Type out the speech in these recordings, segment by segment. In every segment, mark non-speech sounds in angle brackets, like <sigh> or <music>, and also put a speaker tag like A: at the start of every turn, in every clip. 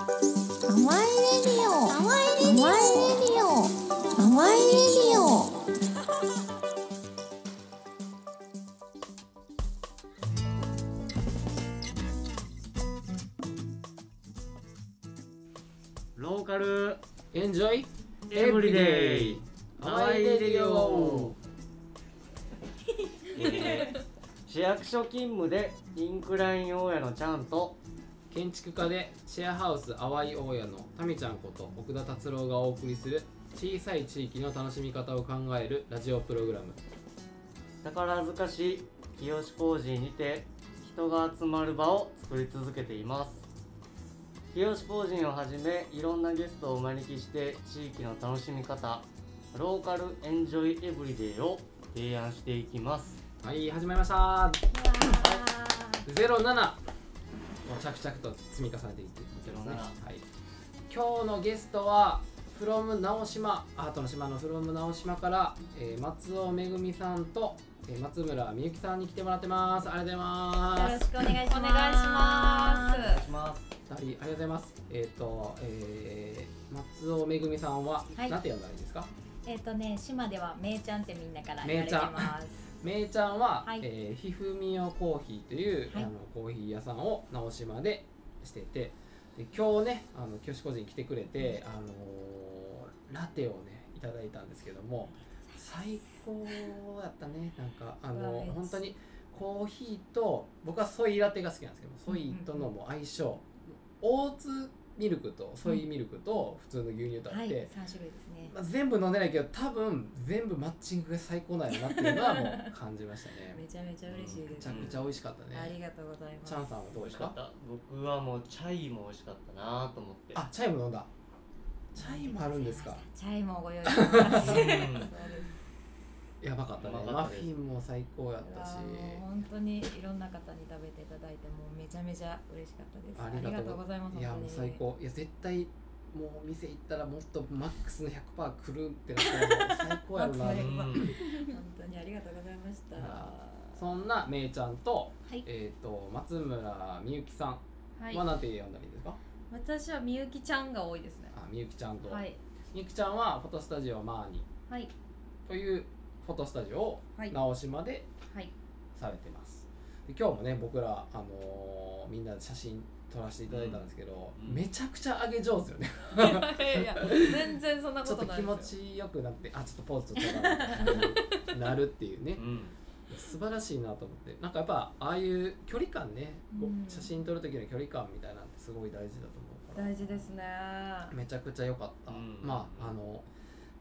A: 甘いレディオ甘いレディオ甘いレディオ
B: ローカル
C: エンジョイ
B: エブリデイ
C: 甘いレディオ
B: えー <laughs> 市役所勤務でインクライン大家のちゃんと
C: 建築家でシェアハウス淡い大家のタミちゃんこと奥田達郎がお送りする小さい地域の楽しみ方を考えるラジオプログラム
B: 宝塚市清志工事にて人が集まる場を作り続けています清志工事をはじめいろんなゲストをお招きして地域の楽しみ方ローカルエンジョイエブリデイを提案していきます
C: はい始まりました07を着々と積み重ねていっていますね、
B: 07
C: はい、今日のゲストは from 直島アートの島の from 直島から、えー松尾めぐみさんと、えー松村みゆきさんに来てもらってますありがとうございます
D: よろしくお願いします。
A: お願いしま
B: お願いします
C: 二人ありがとうございます。えっ、と、えー、松尾めぐみさんは、
D: はい
C: なんて呼んだらいいですか。
D: えっ、とね、島ではめいちゃんってみんなから言われてます。
C: めいちゃんは、
D: はい
C: えーひふみよコーヒーという、
D: はい
C: あのコーヒー屋さんを直島でしてて。で、今日ね、あの挙手個人来てくれて、あのーラテをね、いただいたんですけども。最高だったね、なんか、あ
D: うわ
C: の
D: めっちゃ
C: 本当に。コーヒーと僕はソイラテが好きなんですけどソイとのも相性、オーツミルクとソイミルクと普通の牛乳とあ
D: は
C: っ
D: い、
C: て、
D: 三種類ですね。
C: まあ、全部飲んでないけど多分全部マッチングが最高なんやなっていうのはも
D: <laughs>
C: う感じました
D: め
C: ね
D: ちゃめちゃ嬉しいです。
C: めちゃくちゃ美味しかった
D: あり
C: ね
D: がとうございます。
C: チャンさんはどう
B: 美
C: で
B: 味
C: し
B: しか
C: た
B: った僕はもうチャイも美味しかったなと思って
C: あチャイム飲んだチャイムあるんですか。
D: チャイもご用意します。そううんです。
C: やばかったね
B: やばか
C: マ
B: っ
C: フ
B: たです
C: ィンも最高やっ
D: う
C: た
D: わ
C: し
D: ーもう本当にいろんな方に食べていただいてもうめちゃめちゃ嬉しかったです。
C: あ
D: あ
C: り
D: り
C: がとう
D: がとうございます。
C: いやもう
D: 本当に
C: 最。高いや絶対もう店行ったらもっとマックスの100%来るってなったらもう最高やろな
D: マックスね
B: うん
D: 本当にありがとうございました。
C: あそんなめいちゃんと,、
D: はい
C: えー、と松村みゆきさ
E: は
C: ん
E: い
C: は、なんて呼んだらいいですか、
E: 私はみゆきちゃんが多いですね。
C: あみゆきちゃんと、
E: はい、
C: みゆきちゃんはフォトスタジオマーニ
E: はい、
C: というフォトスタジオを
E: はい、
C: 直島で
E: はい、
C: されてます、で今日もね僕ら、あのーみんなで写真撮らせていただいたんですけど、
B: うんうん
C: めちゃくちゃ上げ上手よね
D: <laughs>
E: いやいや、全然そんな
C: ち
E: こ
C: ょっと
E: とな
C: 気
E: い
C: 持
E: ですよ。
C: ちよくなってあちょっとポーズ取ったらあのなるっていうね
B: うん
C: 素晴らしいなと思ってなんかやっぱああいう距離感ね、こう
D: うん
C: 写真撮る時の距離感みたいなんてすごい大事だと思うから
E: 大事ですね。
C: めちゃくちゃ良かった、
B: うん
C: まああの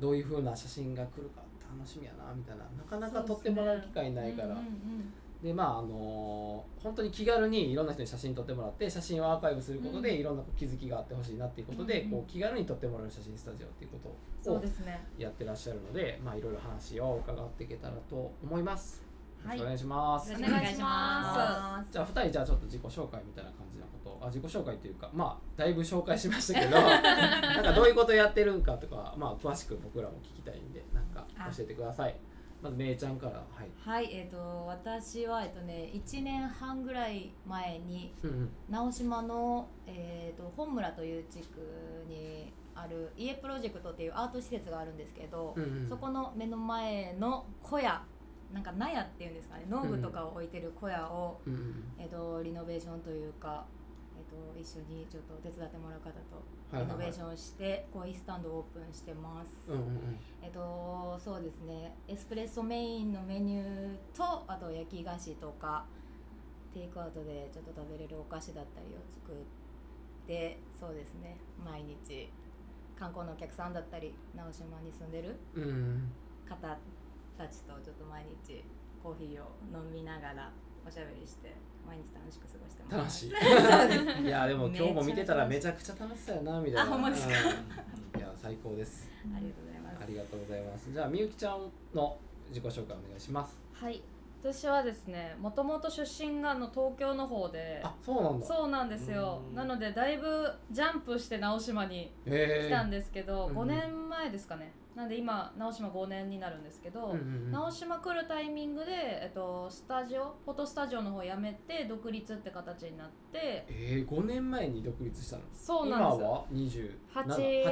C: どういう風な写真が来るか楽しみやなみたいななかなか撮ってもらう機会ないから、
E: うんうん
C: でまああの本当に気軽にいろんな人に写真撮ってもらって写真をアーカイブすることで、
E: うん
C: いろんな気づきがあってほしいなっていうことで、
E: うんうん
C: こう気軽に撮ってもらえる写真スタジオっていうこ
E: う
C: と
E: んそう
C: を
E: ですね。
C: やってらっしゃるのでまあいろいろ話を伺っていけたらと思います。
E: はい
C: よろしくお願いします。
D: よ
E: お
D: ろく
E: 願いし
D: ま
E: ま
C: じゃあ2人じゃあちょっと自己紹介みたいな感じのことあ自己紹介というかまあだいぶ紹介しましたけどなんかどういうことやってるんかとかまあ詳しく僕らも聞きたいんでなんか教えてくださいまずめいちゃんからはい
D: はい、えっ、と私はえっ、とね一年半ぐらい前に
C: うんうん
D: 直島の、えー、と本村という地区にある家プロジェクトっていうアート施設があるんですけど、
C: うんうん
D: そこの目の前の小屋なんか納屋っていうんですかね農具とかを置いてる小屋を、
C: うんうん
D: えー、とリノベーションというか、えー、と一緒にちょっと手伝ってもらう方と
C: はい
D: リ
C: は
D: ノ
C: いは
D: ベ
C: い
D: ーションしてコーヒースタンドをオープンしてます。
C: うんうんうん
D: えっとそうですねエスプレッソメインのメニューとあと焼き菓子とかテイクアウトでちょっと食べれるお菓子だったりを作ってそうですね毎日観光のお客さんだったり直島に住んでる
C: うんうん
D: 方たちとちょっと毎日コーヒーを飲みながらおしゃべりして毎日楽しく過ごしてま
C: 楽
D: す
C: し
D: <laughs> そうです
C: <laughs> いいやでも今日も見てたらめちゃくちゃ楽しそうやなみたいな
D: あほんまですか
C: うんいや最高です
D: ありがとうございます
C: ありがとうございますじゃあみゆきちゃんの自己紹介お願いします
E: す。はい、私はですね、もともと出身があの東京の方で。
C: あそうなんだ
E: そうなんですよ
B: うん
E: なのでだいぶジャンプして直島に
C: へ
E: 来
C: え
E: たんですけど、
C: うん
E: 5年前ですかねなんで今直島5年になるんですけど、
C: うんうんうん
E: 直島来るタイミングで、えっと、スタジオフォトスタジオの方辞めて独立って形になって
C: えー、5年前に独立したの
E: そうなんです
C: 今
E: よ
C: は27 8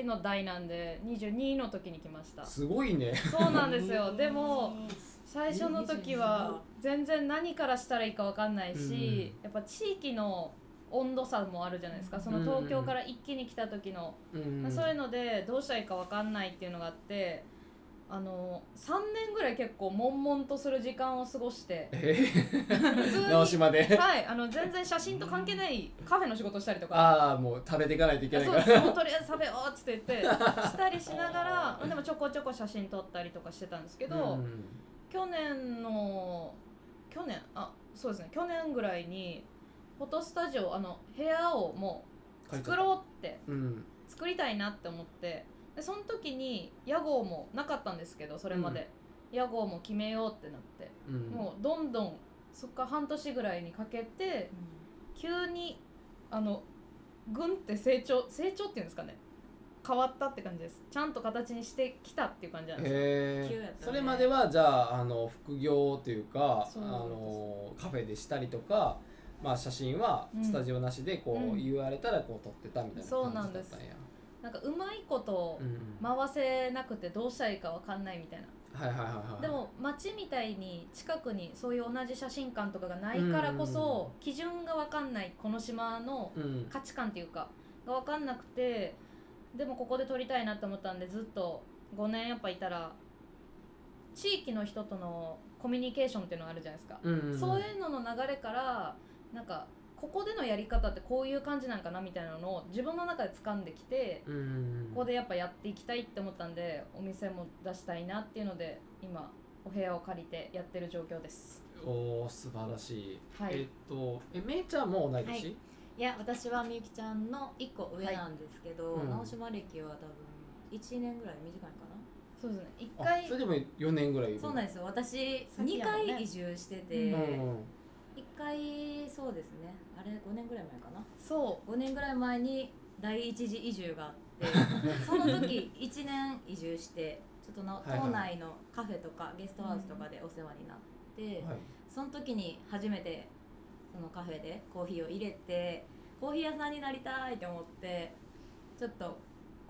E: 8の代なんで22の時に来ました
C: すごいね
E: そうなんですよでも最初の時は全然何からしたらいいかわかんないし、やっぱ地域の温度差もあるじゃないですかその東京から一気に来た時の、
C: うん
E: まあそういうのでどうしたらいいかわかんないっていうのがあってあの3年ぐらい結構悶々とする時間を過ごして
C: え
E: 普通
C: ー、
E: に
C: 直島で
E: はいあの全然写真と関係ないカフェの仕事したりとか
C: ああもう食べていかないといけない
E: そ
C: か
E: う
C: ら
E: ですもうとりあえず食べようっつって言ってしたりしながらでもちょこちょこ写真撮ったりとかしてたんですけど、
C: うん
E: 去年の去年あそうですね去年ぐらいにフォトスタジオあの部屋をもう作ろうって
C: うん
E: 作りたいなって思ってでその時に屋号もなかったんですけどそれまで、屋号も決めようってなって、
C: うん
E: もうどんどんそっから半年ぐらいにかけて急にあのぐんって成長成長っていうんですかね変わったって感じですちゃんと形にしてきたっていう感じなんですよ
C: へ
A: 急や
C: え
A: ったね
C: それまではじゃああの副業というかあ
E: そう
C: のカフェでしたりとか、まあ、写真は
E: うん
C: スタジオなしでこう、
E: うん
C: 言われたらこう撮ってたみたい
E: そう
C: な
E: な
C: 感じ
E: ん
C: だ
E: で
C: っ
E: す
C: たんや。
E: なんかうまいこと
C: うんうん
E: 回せなくてどうしたらいいかわかんないみたい
C: は
E: な
C: いはいはいはい、
E: でも街みたいに近くにそういう同じ写真館とかがないからこそ基準がわかんないこの島の
C: うん、
E: 価値観っていうかがわかんなくてでもここで撮りたいなと思ったんでずっと5年やっぱいたら地域の人とのコミュニケーションっていうのがあるじゃないですか、
C: うんうん、
E: そういうのの流れからなんかここでのやり方ってこういう感じなんかなみたいなのを自分の中で掴んできて
C: うんうんうん、
E: ここでやっぱやっていきたいって思ったんでお店も出したいなっていうので今お部屋を借りてやってる状況です
C: おお素晴らしい、
E: はい
C: えっとえめいちゃんも同い年、
D: はいいや私はみゆきちゃんの一個上なんですけど、
C: はいうん
D: 直島歴は多分一年ぐらい短いかな、
E: そうですね一
C: あ
E: 回
C: それでも4年ぐらいいる
D: そうなんですよ私
E: 先
D: 二
E: やもんね
D: 回移住して
E: う
D: て、
E: ん
D: 一
C: うんうん
D: 回そうですねあれ五年ぐらい前かな
E: そ
D: 5年ぐらい前に第一次移住があ
C: <laughs>
D: ってその時1年移住してちょっとの
C: はいはい
D: 島内のカフェとかゲストハウスとかでお世話になって、
C: はい
D: その時に初めてそのカフェでコーヒーを入れてコーヒー屋さんになりたいって思ってちょっと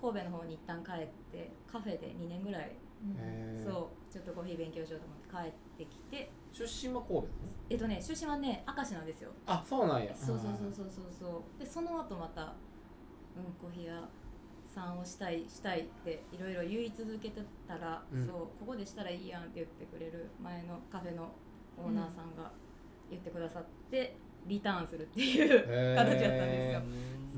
D: 神戸の方に一旦帰ってカフェで2年ぐらい、
E: う、うん
C: へー
D: そうちょっとコーヒー勉強しようと思って帰ってきて
C: 出身は神戸
D: えっとね出身はね明石なんですよ
C: あそうなんや
D: そうそうそうそうそうそうでその後また、うん、コーヒー屋さんをしたいしたいっていろいろ言い続けてたら、
C: うん
D: そうここでしたらいいやんって言ってくれる前のカフェのオーナーさんが言ってくださって、リターンするっていう、
C: へー
D: 形やったんですよ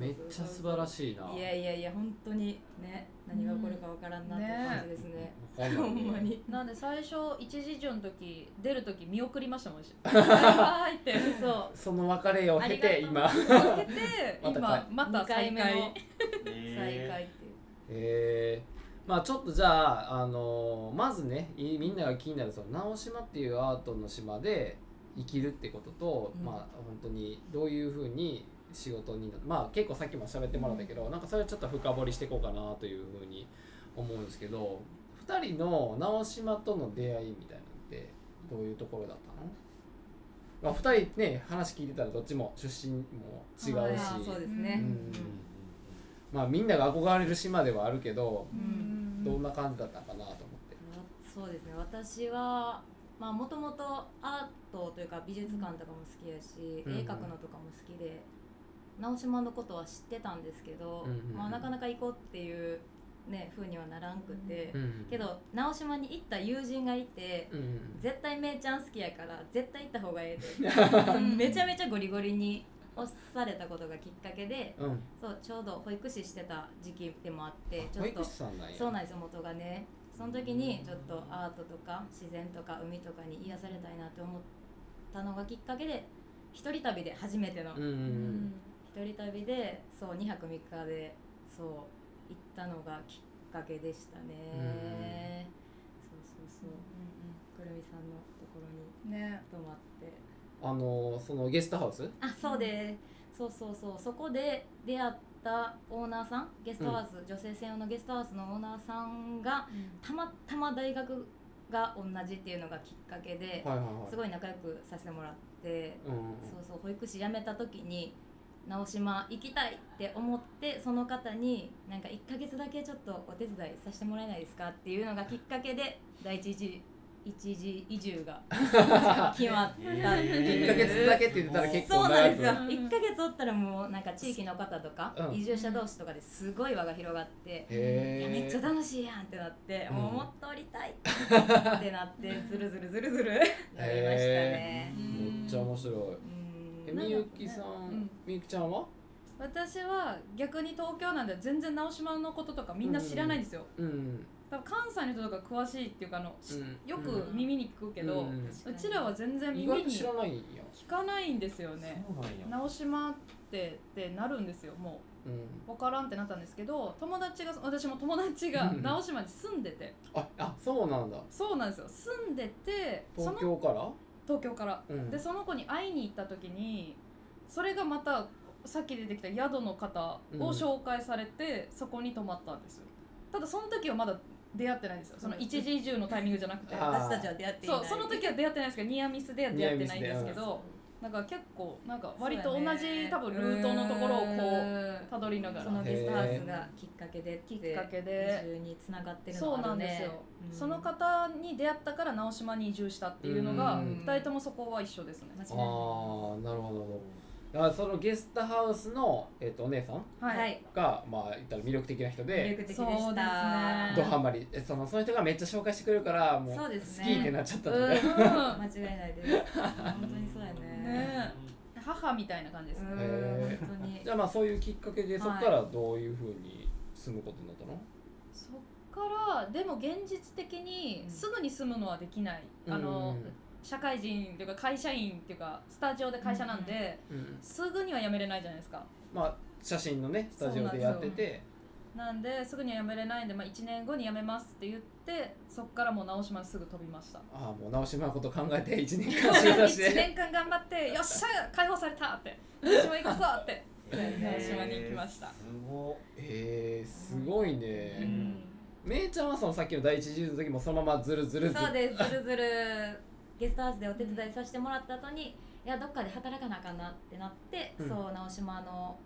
C: めっちゃ素晴らしいない
D: やいやいや本当にね何が起こるかわからんなっていう感じですね,、
C: わかんない
D: <laughs> ほんまに
E: なんで最初一時以上の時出る時見送りました
C: <laughs>
E: もんしバイバイってそ
C: その別れを経て今
D: あ
E: う続けて
C: <laughs> また
E: 今また
D: 2回目
E: 再
D: の
E: 開
D: 再会
B: え
D: っていう、
C: えー、まあちょっとじゃあ、あのーまずねいみんなが気になるその直島っていうアートの島で生きるってことと、
D: うん
C: まあ本当にどういうふうに仕事になるまあ結構さっきも喋ってもらったけど、なんかそれをちょっと深掘りしていこうかなというふうに思うんですけど2人の直島との出会いみたいなのってどういうところだったのまあ、2人ね話聞いてたらどっちも出身も違
E: は
C: う
E: い
C: し
D: ああそうですね、
C: うんまあ、みんなが憧れる島ではあるけど
D: うん
C: どんな感じだったのかなと思って。
D: わそうですね私はまあもともとアートというか美術館とかも好きやし、
C: うんうん
D: 絵描くのとかも好きで直島のことは知ってたんですけど、
C: うんうんうん
D: まあ、なかなか行こうっていうね風にはならんくて、
C: うん
D: け、ど直島に行った友人がいて、
C: うんうん、
D: 絶対めいちゃん好きやから絶対行った方がええでめちゃめちゃゴリゴリに押されたことがきっかけで
C: うん、
D: そうちょうど保育士してた時期でもあってちょ
C: 保
D: っ
C: 育
D: と
C: 士。さんなんや。
D: そうなんですよ元がねその時にちょっとアートとか自然とか海とかに癒されたいなって思ったのがきっかけで一人旅で初めての
C: うん、う
E: うん
C: ん、
D: 一人旅でそう2泊3日でそう行ったのがきっかけでしたねそうそうそうくるみさんのところに
E: ね
D: 泊まって
C: あのそのゲストハウス。
D: あそうですそうそうそうそこで出会ったオーナーさんゲストハウス、女性専用のゲストハウスのオーナーさんがたまたま大学が同じっていうのがきっかけで、
C: はいはいはい
D: すごい仲良くさせてもらって、
C: うんうんうん
D: そうそう保育士辞めた時に直島行きたいって思ってその方になんか1ヶ月だけちょっとお手伝いさせてもらえないですかっていうのがきっかけで第一次一時移
C: <laughs>
D: 住が <laughs> 決まったって
C: 一
D: いう
C: ヶ月だけって言ってたら結構
D: そうなんですよ
C: 長く
D: 1ヶ月おったらもうなんか地域の方とか、
C: うん
D: 移住者同士とかですごい輪が広がって、い
C: へ
D: や
C: ー
D: めっちゃ楽しいやんってなって、
C: うん
D: もうもっと降りたいってなって
E: <laughs>
D: ずるずるずるずるなりましたね。
C: めっちゃ面白いえ
D: うん
E: なん
C: み
E: か
C: ゆきさ
E: うんん
C: みゆきちゃんは
E: 私は逆に東京なんで全然直島のこととかみんな知らないんですよ、
C: うん
E: 多分関西の人とか詳しいっていうかあの、し
C: うん
E: よく耳に聞くけど、
C: う
E: うんちらは全然
C: 意
E: 耳
C: 外と
E: に
C: 知ら
E: 聞
C: ないんや
E: かないんですよね
C: そうなんや
E: 直島ってってなるんですよも
C: うん
E: う分からんってなったんですけど友達が私も友達が
C: うん
E: 直島に住んでて
C: ああそうなんだ
E: そうなんですよ住んでてその
C: 東京から
E: 東京から
C: うん
E: でその子に会いに行った時にそれがまたさっき出てきた宿の方を紹介されて、そこに泊まったんですよただその時はまだ出会ってないんですよその一時移住のタイミングじゃなくて
C: あー
D: 私たちは出会っていな
E: そ
D: いう
E: その時は出会ってないんですけどニアミスでは出会ってないんですけどなんか結構なんか割と同じ多分ルートのところをこう
D: う
E: たどりなが
D: そ
E: ら
D: のゲストハウスがきっかけでって
E: きっかけ
D: 移
E: で
D: 住につながってるの
E: そ
D: が
E: うな
D: ある
E: んです
D: ね
E: よ、その方に出会ったから直島に移住したっていうのが
C: うん
E: 2人ともそこは一緒ですね
D: 間違い
C: ああ
D: な
C: ーなるほどなるほどあそのゲストハウスの、えっとお姉さん
D: い
E: は
D: はいい
C: がまあ言ったら魅力的な人
D: 魅
C: で
D: 力的で
E: そうです
D: し
E: ね
D: た
C: ドハマりえそのその人がめっちゃ紹介してくれるからもう
D: そうです
C: 好
D: ね
C: きってなっちゃったみたいな、
D: <laughs> 間違いないです本当にそうやね
E: ね母みたいな感じです
D: う
E: ね、
D: ん本当に
C: じゃあまあそういうきっかけでそこからどういうふうに住むことになったの、
E: そっからでも現実的に
D: うん
E: すぐに住むのはできない、あの社会人というか会社員っていうかスタジオで会社なんで、
C: うん
E: すぐには辞めれないじゃないですか
C: まあ写真のねスタジオでやってて
E: なんですぐには辞めれないんで、まあ、1年後に辞めますって言ってそっからもう直島にすぐ飛びました
C: ああもう直島のこと考えて1年間仕事し
E: 1
C: て
E: 年間頑張ってよっしゃ解放されたって直島行くぞって
D: そうや
E: 直
D: ね
E: 島に行きました
B: すごっ
C: えー、すごいね、
D: うん
C: めいちゃんはそのさっきの第一次の時もそのままズルズルズ
D: そうですずるずるゲストハウスでお手伝いさせてもらった後にいやどっかで働かなあかんなってなって、
C: うん
D: そう直島の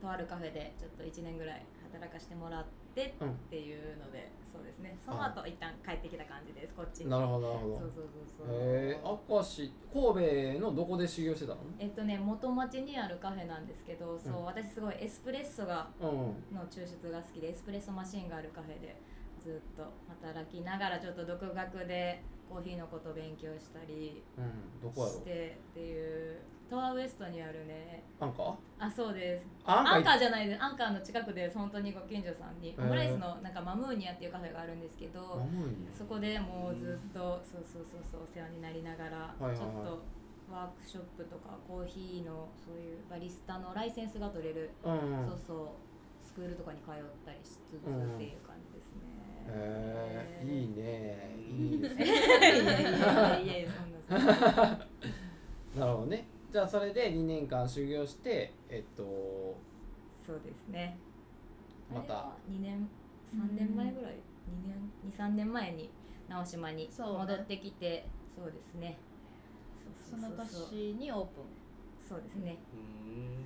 D: とあるカフェでちょっと1年ぐらい働かしてもらって
C: うん
D: っていうのでそうですねその後一旦帰ってきた感じですこっちに
C: なるほどなるほ
D: そ
C: ど
D: うそうそうそう
C: へえ明石神戸のどこで修行してたの
D: えっとね元町にあるカフェなんですけどそう、
C: うん
D: 私すごいエスプレッソが
C: うん
D: の抽出が好きでエスプレッソマシンがあるカフェでずっと働きながらちょっと独学でコーヒーのこと勉強したり
C: うんどこやろ
D: してっていうトワウエストにあるね
C: アンカー
D: あそうです
C: あ
D: ア
C: ア
D: ン
C: ン
D: カ
C: カー
D: ーじゃないですアンカーの近くです本当にご近所さんに
C: ー
D: オムライスのなんかマムーニアっていうカフェがあるんですけ
C: あ
D: ど
C: もういいね
D: そこでもうずっとそうそうそうそうお世話になりながらち
C: い
D: ょ
C: はいはい
D: っとワークショップとかコーヒーのそういうバリスタのライセンスが取れる
C: うんうん
D: そうそうスクールとかに通ったりしつつっていう感じですね。
C: へえいいねいいです
D: い
C: ね
D: やいやいやいやそんなそんな。
C: なるほどねじゃあそれで2年間修行してえっと
D: そうですね。
C: また
D: 2年3年前ぐらい2年23年前に直島に
E: そうね
D: 戻ってきてそうですね
E: そ
D: そう
E: の
D: そうそうそう
E: 年にオープン
D: そうですね
B: うん
D: オープ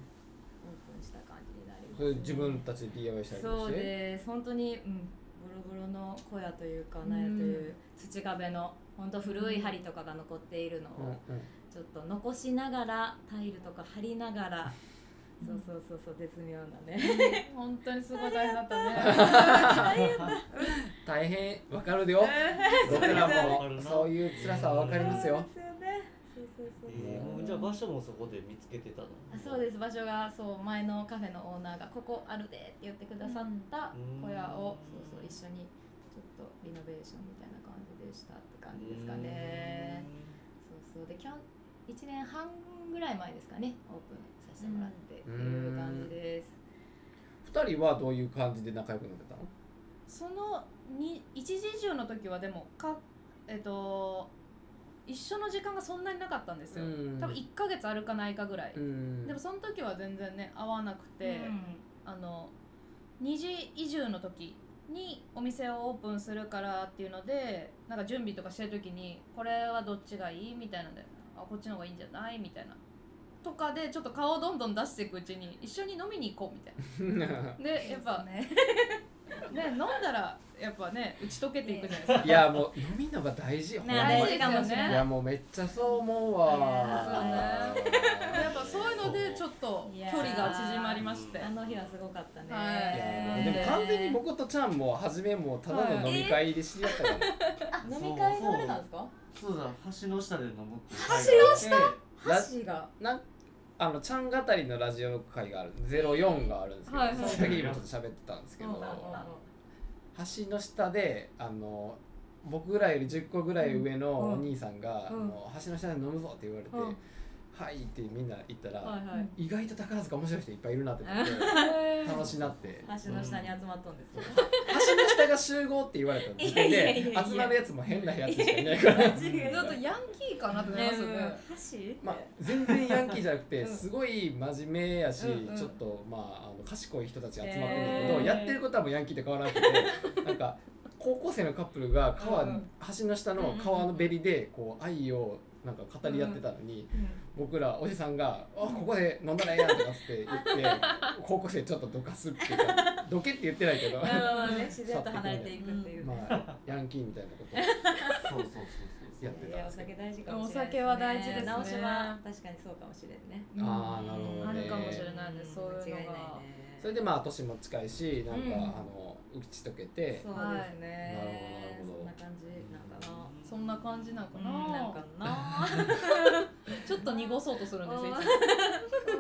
D: ンした感じになります
C: そ
D: ね、
C: れ自分たちで DIY したりも
D: そう
C: して
D: です本当に、うん、ボロボロの小屋というか納屋という土壁の本当古い針とかが残っているの
C: うんう
D: を
C: ん
D: ちょっと残しながらタイルとか貼りな
C: <laughs>
D: がら
E: うん
D: そうそうそうそう絶妙なね
E: 本当にすごい大変だったね。
C: 大変わかるでよ僕ら
B: わかる
C: も
B: な
C: そういう辛さはわかりますよ
D: そうですよねそうそうそうそう
B: えーじゃあ場所もそこで見つけてたの
D: あそうです場所がそう前のカフェのオーナーが「ここあるで」って言ってくださった
B: うん
D: 小屋
B: うん
D: をそうそう一緒にちょっとリノベーションみたいな感じでしたって感じですかねそうそうでキャン1年半ぐらい前ですかねオープンさせてもらってっていう感じです
C: 二人はどういう感じで仲良くなってたの
E: そのに一時移住の時はでもかえっと一緒の時間がそんなになかったんですよ、
C: うん
E: 多分1ヶ月あるかないかぐらい、
C: うん
E: でもその時は全然ね合わなくて、あの2時移住の時にお店をオープンするからっていうのでなんか準備とかしてる時にこれはどっちがいいみたいなんであこっちの方がいいんじゃないみたいなとかでちょっと顔をどんどん出していくうちに一緒に飲みに行こうみたいなでやっぱ
D: ね
E: ね飲んだらやっぱね打ち解けていくじゃないですか
C: <laughs> いやもう飲みの場大事ほん
D: ね
C: ま
E: 大
D: 大事
E: 事
D: かもしれ
C: い
D: な
C: や
D: い
C: もうめっちゃそう思うわ
E: いやっぱそういうのでちょっと距離が縮まりまして
D: あの日はすごかったね、
E: はい
C: いやもうでも完全に僕とちゃんも初めもうただの飲み会で知り合ったから、
D: あ飲み会のあれなんですか
B: そうだ橋の下で飲むって橋の
C: でラ
D: 橋が
C: なんあのちゃん語りのラジオ会がある04があるんですけど、
E: はいはい
C: その時にもちょっと喋ってたんですけど、
E: うんうんうん
C: 橋の下であの僕ぐらいより10個ぐらい上のお兄さんが「
E: うん
C: あの橋の下で飲むぞ」って言われて「
E: うん
C: はい」ってみんな言ったら、
E: はいはい
C: 意外と宝塚面白い人いっぱいいるなって思
E: <laughs>
C: って楽しなって
D: 橋の下に集まったんですよ、
C: 橋の下が集合って言われたんです
D: いやいやいや
C: で
D: いや
C: 集まるやつも変なやつしかいない
E: <laughs>
C: から。
E: ちょっとヤンキーかなって思いますよね
D: 橋
C: まあ、全然ヤンキーじゃなくて、
E: うん
C: すごい真面目やし、
E: うんうん
C: ちょっと、まあ、あの賢い人たち集まってるんだけど、
E: へー
C: やってることはもうヤンキーと変わらなくてなんか高校生のカップルが川、
E: うんうん
C: 橋の下の川のべりでこう愛をなんか語り合ってたのに、僕らおじさんが「あここで飲んだらええやん」とかって言
E: <laughs>
C: って高校生ちょっとどかすっていうかどけって言ってないけど、
D: なるほどね自然と離れていくっていう、ね
C: まあ、ヤンキーみたいなこと
B: そうそうそう
C: やって
D: い
C: たん
D: や
C: で
D: お
C: すけど
D: 酒大事かもしれない、
E: お酒は大事ですね
D: 直しは確かにそうかもしれんね
C: あーなるほどね
E: あるかもしれないですそういうのが
D: 間違いないね
C: それでまあ年も近いしなんか、
E: うん
C: あの打ち解けて
D: そうですね、
C: はいなるほど
D: そん
C: な
D: な
C: るほど
D: 感じなんかな
E: そんな感じなんかな,、
D: うんなんかな
E: ちょっと濁そうとするんです
D: <laughs>
E: よいつも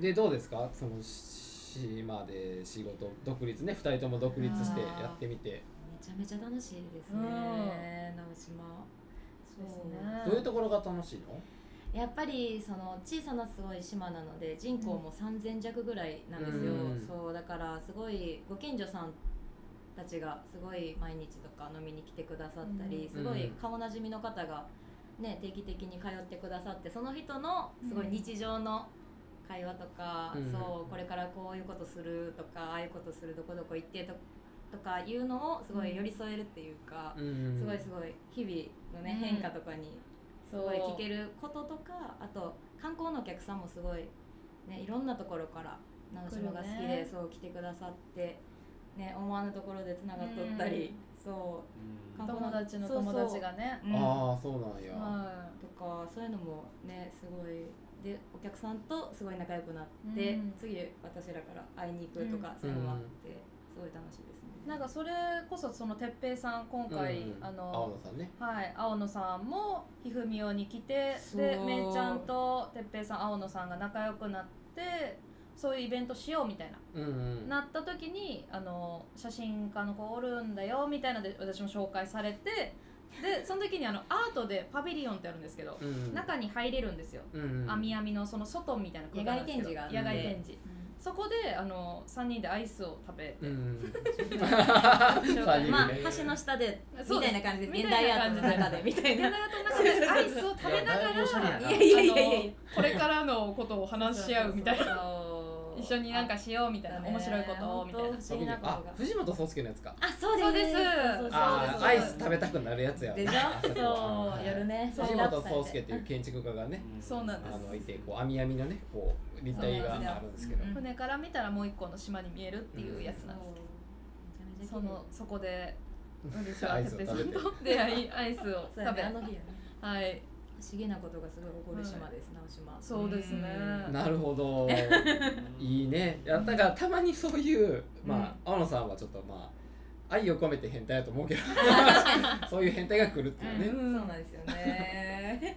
C: でどうですかその島で仕事独立ね2人とも独立してやってみて
D: めちゃめちゃ楽しいです
E: うん
D: ね、直島そう
C: どういうところが楽しいの
D: やっぱりその小さなすごい島なので人口も3,000弱ぐらいなんですよ、
C: うん
D: そうだからすごいご近所さんたちがすごい毎日とか飲みに来てくださった
C: うん
D: り、すごい顔なじみの方が、ね、定期的に通ってくださってその人のすごい日常の会話とか、
C: うん
D: そうこれからこういうことするとかああいうことするどこどこ行ってととかいうのをすごい寄り添えるっていうか、
C: うん
D: すごいすごい日々のね、
E: うん
D: 変化とかにすごい
E: そう
D: 聞けることとかあと観光のお客さんもすごい、ね、いろんなところから直島が好き
E: 来
D: で、
E: るね
D: そう来てくださって、ね、思わぬところでつながっとったり、そうう
E: 友達の友達がね
D: う、うん
C: ああそうなんや、
E: は
D: とかそういうのもねすごいでお客さんとすごい仲良くなって、
E: うん
D: 次私らから会いに行くとか、そういうのもあって、すごい楽しいですね。
E: い、なんかそれこそその哲平さん今回、
C: うんうん
E: あ
C: 青
E: の
C: 野さんね
E: はい、青野さんもひふみおに来て
D: そう
E: でめいちゃんと哲平さん青野さんが仲良くなってそういうイベントしようみたいな
C: うんうん
E: なった時にあの写真家の子おるんだよみたいなので私も紹介されてでその時にあのアートでパビリオンってあるんですけど、
C: うん
E: 中に入れるんですよ、
C: うん
E: 網網のその外みたいな空間なんです
D: 野外展示
E: けど
D: があって
E: 野外展示、そこであの3人でアイスを食べて、
C: うん三人で
E: な
C: ね
D: まあ、橋の下で
E: そう
D: みた
E: です
D: いな感じで
E: み
D: 現
E: たい
D: 代
E: な
D: アート
E: 感じ
D: の
E: で
D: 中でみたい
E: で
D: な。
E: なんかその中でアイスを食べなが
B: いやだ
E: ら
B: いぶおしゃれやない
D: やいやいやいやいや
E: あのこれからのことを話し合うみたいな
D: な
E: 一緒になんかしようみたいな面白いことをみたいな
D: 不思議なこと
C: あ
D: が
C: 藤本壮介のやつか
D: あそう
E: そうで
D: ですす
C: あ
E: そう
C: あアイス食べたくなるやつや
D: でしょ
C: <laughs> こ
D: そ
C: は
D: う
C: い
D: やるね
C: 藤本壮介っていう建築家がね
E: そうなん
C: あ
E: です
C: のいてこう網網のねこう立体があるんですけど
D: そうなんですよ
E: 船から見たらもう一個の島に見えるっていうやつなんですけど、そのそこで私は
C: アイス
E: 哲
C: を
E: 平さ
C: 食
E: ん
C: べて
E: と出会いアイスを
D: そうや
E: 食
D: ね
E: べ
D: あの日やね
E: はい
D: 不思議なことがすごい起こる島です直島
E: そうですね
C: なるほどいいねいやだからたまにそういうまあ青野さんはちょっとまあ愛を込めて変態だと思うけどそういう変態が来るっていうね、
D: うんそうなんですよね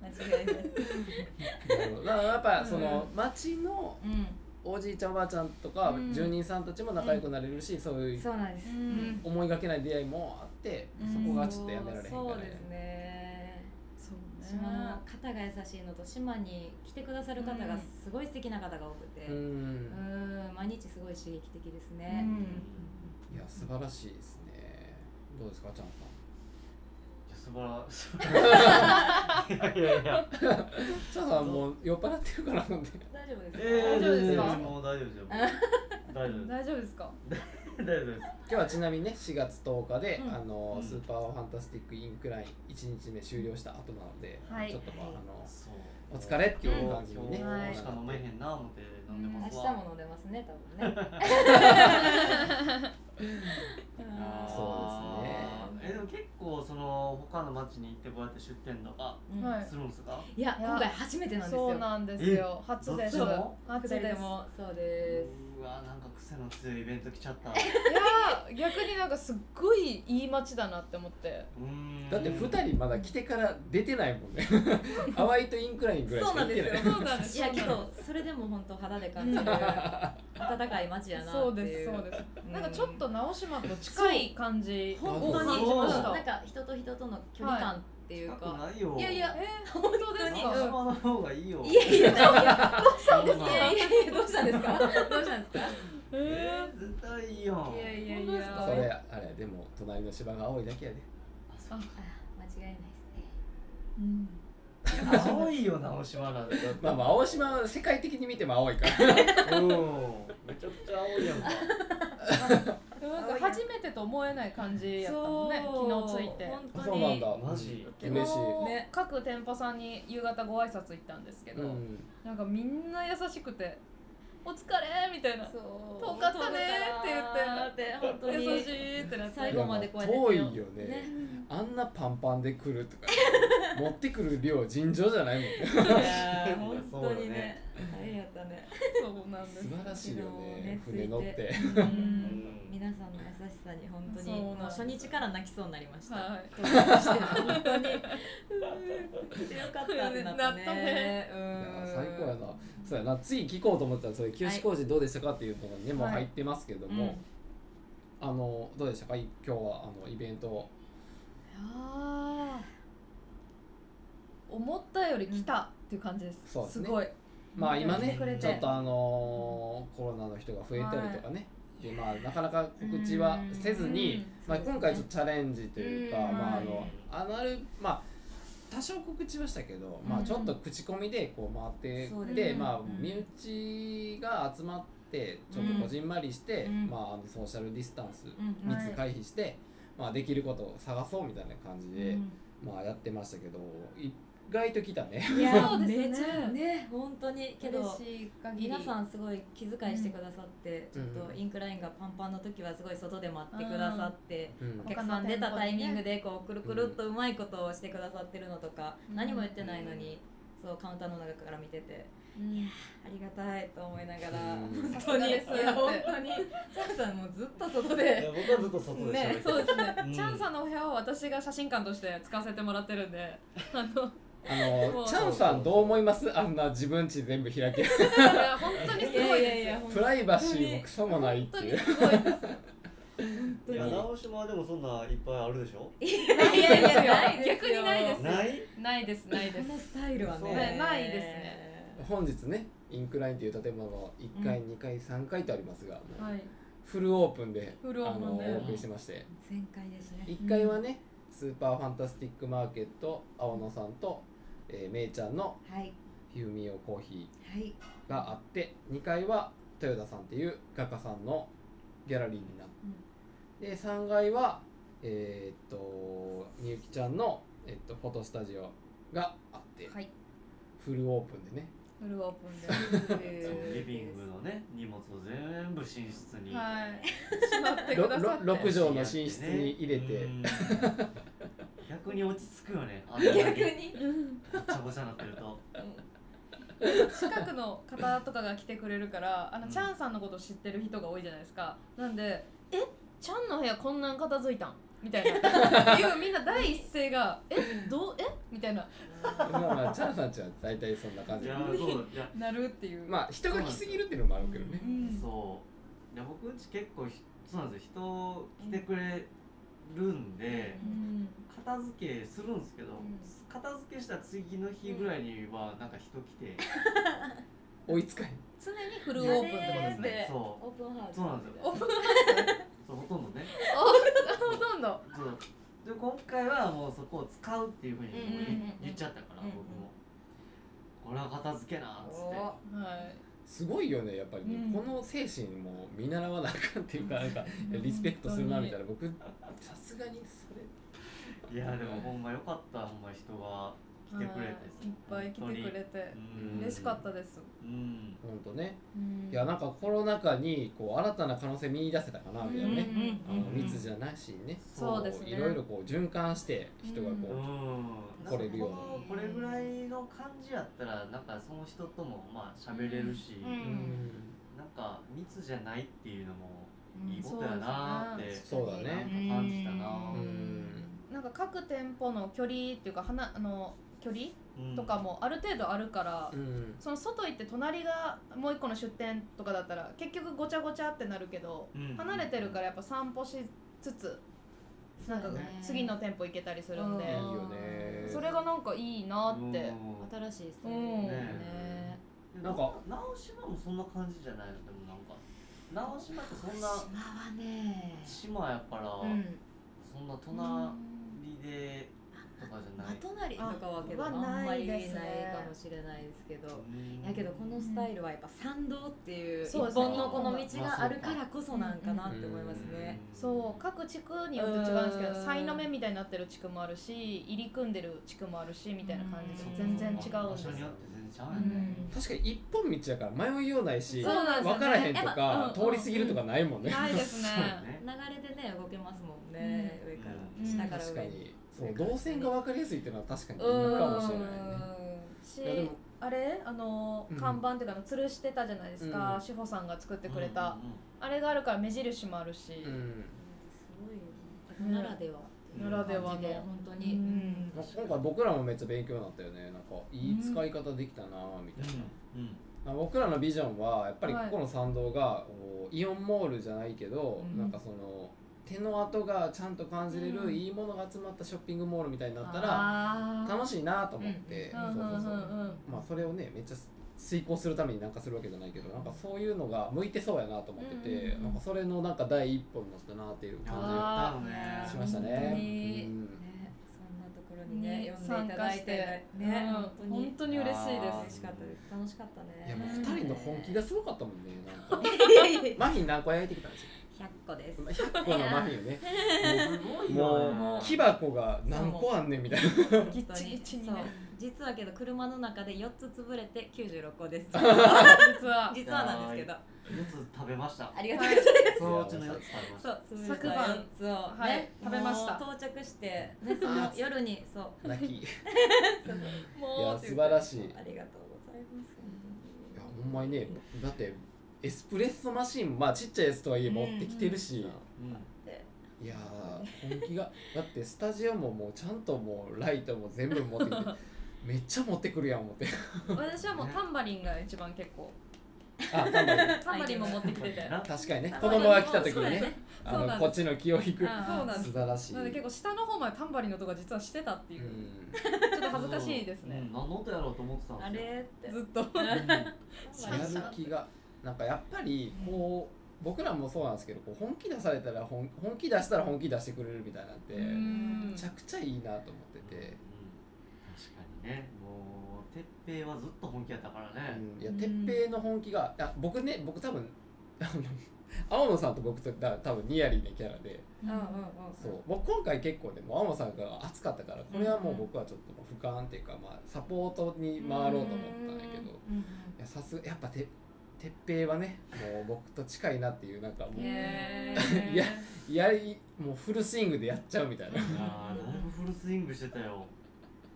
D: 間違いない
C: なるほどだからやっぱ
E: うん
C: その町の
D: う
C: おじいちゃんおばあちゃんとか
E: うん
C: 住人さんたちも仲良くなれるし、そうんいう
D: そうなんです
E: うん
C: 思いがけない出会いもあって、
E: うん
C: そこがちょっとやめられへんから
D: そうですね
E: そうね
D: 島の方が優しいのと島に来てくださる方がすごい素敵な方が多くて、
C: う
D: うん、
C: ん
D: 毎日すごい刺激的です
E: う
D: ね。
E: ん
C: いや素晴らしいですねどうですかちゃんさん
B: いやす素
E: <laughs>
B: 晴らしいいやいやいや
C: チャさんもう酔っ払ってるからなんで
D: 大丈夫ですか、
B: えー
E: 大丈夫ですか
B: 全然もう大丈夫ですよ大丈夫で
E: 大丈夫ですか
B: す大丈夫です
C: 今日はちなみにね4月10日で、
D: うん
C: あの
B: うん
C: スーパーファンタスティックインクライン1日目終了した後なので、
E: はい
C: ちょっとまああの
B: そう
C: お疲れっていう感じにね、
B: 今
E: は
B: 日
E: い
B: しか飲めへんな思って飲んでま
D: 明
B: す
D: 日
B: わ
D: も飲んでますね多分ね
C: そうですね
B: えでも結構その他の町に行ってこうやって出店とか
D: うん
E: はい
B: するんですか、
D: いや今回初めてなんです
E: そう
D: よ
E: なんですよ初です
B: どっちも
E: 初
D: 二人
E: で
D: ですもそうです
B: うわなんか癖の強いイベント来ちゃった
E: いや逆になんかすっごいいい街だなって思って
B: うーん
C: だって2人まだ来てから出てないもん
D: <laughs>
C: ね淡いとインクラインぐらいし
D: そう
C: か
D: な
C: 行
D: ん
C: って
D: で
C: ない
D: すよ。そうなん
E: です
D: いやけどそれでも本当肌で感じる
E: うん
D: 暖かい街やなっていう。
E: そうですそうです
D: うん
E: なんかちょっと直島と近い感じ
D: 本当に
B: あ
D: 自
B: そう
D: 分のなんか人と人との距離感っていう
B: 近
D: か。
B: くないよ
D: いやいや
E: えー、本当です
B: 長
E: か
B: 島の方がいいよ
D: いやいやいやいや
B: そんなの
D: いやいやいやどうしたんですか？どうしたんですか？
E: え
B: えー、絶対いいやん
D: いやいやい
E: 本当です
D: や。
E: か
C: それあれでも隣の芝が青いだけやで
D: <laughs> あ間違いない
E: ーうん
B: 青いよ直島なんてだって
C: まあまあ青島は世界的に見ても青いから
B: うんめちゃくちゃ青いやんか
E: でもなんか初めてと思えない感じ
D: ですね。
E: やったもんね昨日着いて
D: 本当に。
C: そうなんだ
B: マジ
C: 嬉しい
E: 昨日
D: ね
E: 各店舗さんに夕方ご挨拶行ったんですけど、
C: うん
E: なんかみんな優しくて「お疲れ!」みたいな
D: そう。
E: 遠かったねって言って
D: って本当に
E: 優しいってなって
D: 最後までこうやって
C: 遠いよね
D: ね
C: あんなパンパンで来るとか持ってくる量尋常じゃないもんね
D: <laughs> いやー本当にね大変やったね。
E: そうなんです
C: 素晴らしいよね
D: 昨日
C: 船
D: ね
C: 乗って
E: う
B: うんん
D: 皆さんの優しさに本当
E: そう
D: に
E: な
D: も
E: ん
D: う
E: です
D: 初日から泣きそうになりました、
E: は
D: 登場して本当にうーん来てよかったってなったね
E: なったね
D: う
C: いや
D: ーん
C: 最高やなそうやな次聞こうと思ったらそれ清志工事どうでしたかっていうところにね、もう
E: はい
C: 入ってますけども、あのどうでしたかい今日はあのイベント
E: あー思ったより来たっていう感じです、
C: そうです
E: す
C: ね
E: ごい
C: まあ
E: うん
C: 今ね
E: 来てくれて
C: ちょっとあのーコロナの人が増えたりとかね、でまあなかなか告知はせずに、
E: うん
C: まあ、今回ちょっとチャレンジというか、
D: うん
C: まああ
B: はい
C: のアナルまあ多少告知はしたけど、まあ、ちょっと口コミでこう回って
D: そう
C: っ
D: です
C: て、
D: ね
C: まあ
D: うん
C: 身内が集まってちょっとこじんまりして、
D: うん
C: まああのソーシャルディスタンス
D: うん
E: はい
C: 密回避して、まあ、できることを探そうみたいな感じで、まあやってましたけど意外と来た
E: <laughs>
C: ね
D: いや
E: そうですね
D: めちゃね本当にけど
E: 嬉しい限り
D: 皆さんすごい気遣いしてくださって、
C: うん
D: ちょっとインクラインがパンパンの時はすごい外で待ってくださって、
C: うん
D: お客さん出たタイミングでこうくるくるっとうまいことをしてくださってるのとか、
E: うん
D: 何も言ってないのに、そうカウンターの中から見てて
E: うん
D: いやありがたいと思いながら
C: うん
D: 本当にい
E: さすがです
D: や本当にチャンさんもずっと外 <laughs> で
B: 僕はずっと外でしゃべ
D: ね
B: って
E: そうですね、
B: うん
E: チャンさんのお部屋を私が写真館として使わせてもらってるんであの
C: あ
E: も
C: の
E: う
C: チャンさんどう思いますあんな自分ち全部開
E: <laughs>
C: け
E: いや本当にすごいですよ
C: プライバシーもクソもないっ
E: 本当
C: てい
E: に
C: う
E: すごいです
B: いや直島はでもそんないっぱいあるでしょ
E: いやいやいや
D: ないですよ
E: 逆にないです
B: ない
E: ないですないで
D: この
E: す
D: スタイルは
B: そう
D: ね
B: ね
E: ないですね
C: 本日ねインクラインという建物の1階、2階3階とありますが、もう
E: はい
C: フルオープンで
E: フルオープンで
C: あのお送りしてまして
D: 全開ですね
C: 1階はね、スーパーファンタスティックマーケット青野さんと、えー、めいちゃんの
D: はい
C: ひふみおコーヒー
D: はい
C: があって2階は豊田さんっていう画家さんのギャラリーになって、で3階はえーっとみゆきちゃんの、えっとフォトスタジオがあって、
D: はい
C: フルオープンでね
E: フルオープンで
B: そうリビングのね荷物を全部寝室に、
E: はい。しまってくださって。
C: ろろ6畳の寝室に入れて、 <laughs>
B: うん逆に落ち着くよ
D: <laughs>
B: ねあんなだけ
D: に
E: うん
B: ごちゃごちゃになってると
E: 近くの方とかが来てくれるから、あの、
B: うん
E: チャンさんのこと知ってる人が多いじゃないですか。なんで、え、チャンの部屋こんなん片付いたん
C: <laughs>
E: みたいな。いうみんな第一声が、え、どう、え、みたいな、
C: まあまあチャンさんちは大体そんな感
B: い
C: じ
B: やそうだいや
E: なるっていう。
C: まあ人が来すぎるっていうのもあるけどね
E: う、ん。
B: そういや僕うち結構ひそうなんですよ人来てくれるんで
E: うん。
B: 片付けするんですけど、
E: ん
B: 片付けした次の日ぐらいにはなんか人来て、
C: 追いつかへん
E: 常にフルオープンってことですね。
D: ね
B: そ
D: オープンハウ
B: う
D: ス
B: そうなんですよ
E: オープン
B: そうほとんどね
E: <laughs> ほとんど。
B: そうで今回はもうそこをを使うっていうふうにもう
E: うんうんうん
B: 言言っちゃったから
E: うんうん
B: 僕もこれは片付けなっつって
D: お
E: はい
C: すごいよねやっぱりね、
E: うん
C: この精神も見習わなあかんっていうかなんかリスペクトするなみたいな僕さすがにそれ
B: いやでもほんまよかったほんま人が来てくれて
E: はいいっぱい来てくれて
B: う
C: うん
B: ん
E: 嬉しかったです、
B: うん
C: 本当ね、
E: うん
C: いやなんかコロナ禍にこう新たな可能性見出せたかなみたいなね、
D: うんうん
C: あの密じゃなしにね
E: そうですね
C: こいろいろこう循環して人がこう、
B: うん
C: 来れるように
B: なんかこのこれぐらいの感じやったらなんかその人ともまあ喋れるし、
D: うんうん
B: なんか密じゃないっていうのも
D: うん
B: いいことやなーって、
C: そうだね
B: なんか感じたな
C: うん
E: なんか各店舗の距離っていうか花あの距離
B: うん
E: とかもある程度あるから、
C: うん
E: その外行って隣がもう一個の出店とかだったら結局ごちゃごちゃってなるけど、
B: うん
E: 離れてるからやっぱ散歩しつつなんか
D: そうだね
E: 次の店舗行けたりするんで
C: いいよね
E: それがなんかいいなって
B: うん
D: 新しいスタイルだよね
B: ね
C: なんか
B: 直島もそんな感じじゃないのでもなんか直島ってそんな
D: 島はね
B: 島やから、
D: うん
B: そんな隣でとかじゃな
D: 真
B: い、
D: 隣とかはけど
E: あ
D: あ
E: は
D: んま
E: ない
D: りない
E: ですね
D: かもしれないですけど
B: うん
D: やけどこのスタイルはやっぱ参道っていう一
E: そうですね
D: 本のこの道があるからこそなんかなって思いますね。
E: そう各地区によって違うんですけ
D: う
E: ど
D: ん
E: さいの目みたいになってる地区もあるし入り組んでる地区もあるしみたいな感じで全然違うんです
B: 場所
E: よ
B: によって全然違うんやね、
C: 確かに一本道やから迷いようないし、
D: そうなんです
C: 分
D: よね
C: からへんと
D: や
C: か
D: っ、ぱうん
C: 通り過ぎるとかないもんね、
E: ないですね
B: ね
D: 流れでね動けますもんね、
B: うん
D: 上か
B: うん
D: ら下
C: 確
D: から
C: か
D: 上に。
C: にそう動線が分かりやすいっていうのは確かに
E: う
C: いい
E: ん
C: かもしれないね
E: し
C: いやでも
E: あれあの
C: うん
E: 看板っていうかあの吊るしてたじゃないです
C: う
E: か
C: ん
E: 志保さんが作っ
B: う
E: て
B: ん
E: くれたあれがあるから目印もあるし
C: うん
D: すごいよね。ならではっていう
E: ならでは
D: 感じで
E: の
D: 本当に。う
E: う
D: んん
C: まあ今回僕らもめっちゃ勉強になったよねなんかいい使い方できたなみたいな、
B: うんうん
C: まあ僕らのビジョンはやっぱりこ
E: はい
C: この参道が、こうイオンモールじゃないけど、
D: うん
C: なんかその手の跡がちゃんと感じれる、
E: うん
C: いいものが集まったショッピングモールみたいになったら
E: あ
C: 楽しいなと思って、
E: うんうん
C: そうそうそう、
E: うんうん
C: まあそれをねめっちゃ遂行するためになんかするわけじゃないけどなんかそういうのが向いてそうやなと思ってて、
E: うんうんうん
C: なんかそれのなんか第一歩になったなっていう感
B: あーや
C: じ
B: ったよね
C: がしました
D: 本当
C: ね
D: に。
C: うん
D: ね、そんなところにね
E: ね、
D: 呼んでいただいて
E: 参加して
D: ね
E: う、ん
D: 本当に
E: 本当に嬉しいで
B: あー
E: す
D: 嬉しかったです。楽しかったね。
C: いやもう二人の本気がすごかったもんね。なん
E: <laughs>
C: か
D: <laughs>
C: マフィン何個焼いてきたんですよ。
D: 百個です。
C: 100個のマフィンを
E: <laughs>
C: ね。
B: すごい
C: もう
B: よね
C: 木箱が何個あんねんみたいな。
E: ギッチギチにね
D: そう実はけど車の中で4つ潰れて96個
E: <laughs>
D: です
E: 実は
D: 実はなんですけど
B: 四つ食べました
D: ありがとうございます
B: そのうちの四つ食べました
D: そう潰れた
E: 昨晩
D: 4つを、ね
E: はい食べました
D: もう到着して、ね、その夜に <laughs> そう
C: 泣き。い
E: も
C: や素晴らしい。い
D: ありがとうございます本
C: やほんまにねだってエスプレッソマシンまあちっちゃいやつとはいえ
D: うん
C: 持ってきてるし。
B: うん
C: いやー本気がだってスタジオももうちゃんともうライトも全部持ってきて。めっちゃ持ってくるやん思って。
E: 私はもうタンバリンが一番結構
C: あ、多分
E: <laughs> タンバリンも持ってきてて
B: な
C: 確かにね。
D: 当
C: <laughs> 子供が来た時に
D: そうだ
C: ね、あ
E: そう
C: の
E: なん
C: こ
E: です
C: っちの気を引く。
D: あー
E: そうなんです
C: 素晴らしい。
E: なので結構下の方までタンバリンのとか実はしてたっていうう、
C: ん。
E: ちょっと恥ずかしいですね、
B: うん何の音やろうと思ってたん
D: あ
B: ですよ
D: れって
E: ずっと
D: そう
C: や
D: なんです
C: る気がなんかやっぱりこう僕らもそうなんですけどこう本気出されたら本本気出したら本気出してくれるみたいなんてめ
E: ん
C: ちゃくちゃいいなと思ってて、
B: 確かにねもう鉄平はずっと本気やったからね、
C: うん、いや
E: うん
C: 哲平の本気があ僕ね僕多分 <laughs> あの青野さんと僕とだ多分ニヤリーなキャラで
D: うんうんうん
C: そう僕今回結構でもう青野さんが熱かったからこれはもう僕はちょっともう俯瞰っていうか、まあ、サポートに回ろうと思ったんやけど
D: うんうん
C: いやさすやっぱて哲平はねもう僕と近いなっていうなんかもう。 <laughs>
E: へー
C: いややりもうフルスイングでやっちゃうみたいな
B: あーだいぶフルスイングしてたよ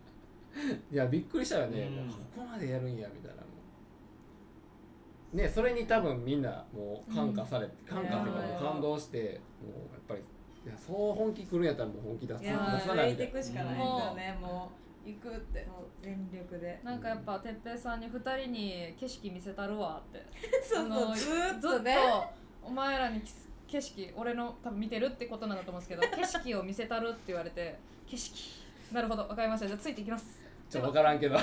C: <laughs> いやびっくりしたよね、
B: うん
C: ここまでやるんやみたいなねそれに多分みんなもう感化されて、感化というかもう感動してもうやっぱりいやそう本気くるんやったらもう本気出す
D: い
C: 出
D: や
C: さ
D: ー
C: ない
D: 歩い
C: みたい
D: てい
C: な
D: くしかないですよねもう行くって全力で
E: なんかやっぱ哲平さんに二人に景色見せたるわって
D: そう
E: あ
D: そ
E: の
D: うずーっ
E: ずっ
D: と
E: と
D: ね
E: お前らにき景色俺の多分見てるってこ
D: <laughs>
E: となんだと思うんですけど景色を見せたるって言われて景色なるほどわかりましたじゃあついていきます
C: ちょっと分からんけど <laughs>
E: ぱ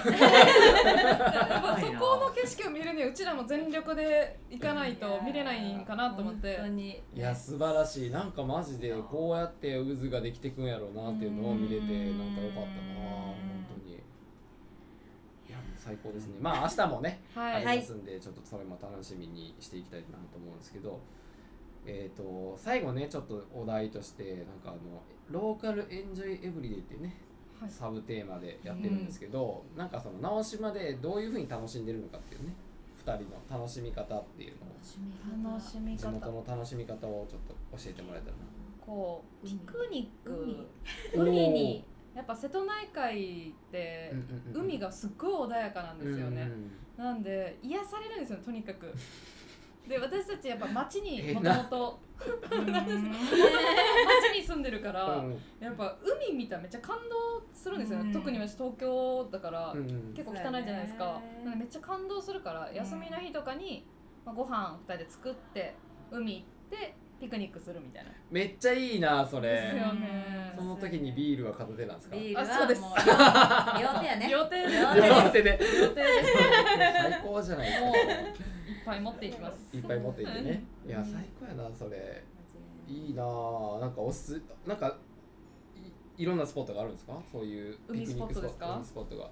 E: そこの景色を見るにはうちらも全力で行かないと見れないんかなと思って
D: 本当に
C: いや素晴らしいなんかマジでこうやって渦ができてくんやろうなっていうのを見れて
E: うん
C: なんか良かったな本当にいやもう最高ですねまあ明日もね
E: は
C: あ
E: い
C: りますんで、ちょっとそれも楽しみにしていきたいなと思うんですけど、えー、と最後ねちょっとお題としてなんかあの「ローカルエンジョイエブリデイ」っていうね
E: はい
C: サブテーマでやってるんですけど、なんかその直島でどういうふうに楽しんでるのかっていうね2人の楽しみ方っていうのを
E: 楽しみ
C: 地元
E: 方
C: の楽しみ方をちょっと教えてもらえたらな。
E: こうピクニック
C: 海
E: 海にやっぱ瀬戸内海って海
C: が
E: がすっごい穏やかなんですよね、なんで癒されるんですよとにか
D: <laughs>
E: くで私たちやっぱ町に
C: え
E: もと
C: な
E: もと町に住んでるから、やっぱ海見たらめっちゃ感動するんですよね、
D: うん
E: 特に私東京だから、結構汚いじゃないです
D: そう
E: か
D: やね
E: なんでめっちゃ感動するから、
D: ん
E: 休みの日とかに、まあ、ご飯2人で作って海行ってピクニックするみたいな、
C: めっちゃいいなそ
E: です
C: れ
E: よね
C: その時にビールは片手なんですか
D: ビール
E: あ
D: は
E: そうです
D: も
E: <laughs>
D: 両手やね
E: 予定です
D: 両
E: 予
D: <laughs> 手です
C: 両手で
E: <laughs> 定です
C: 最高じゃないですか
E: もういっぱい持っていきます
C: いっぱい持っていてねいや
D: うん
C: 最高やなそれいいなあなんかおすなんかいいろんなスポットがあるんですかそういう
E: 海スポットですか
C: ピクニックスポット海スポットが
E: うわ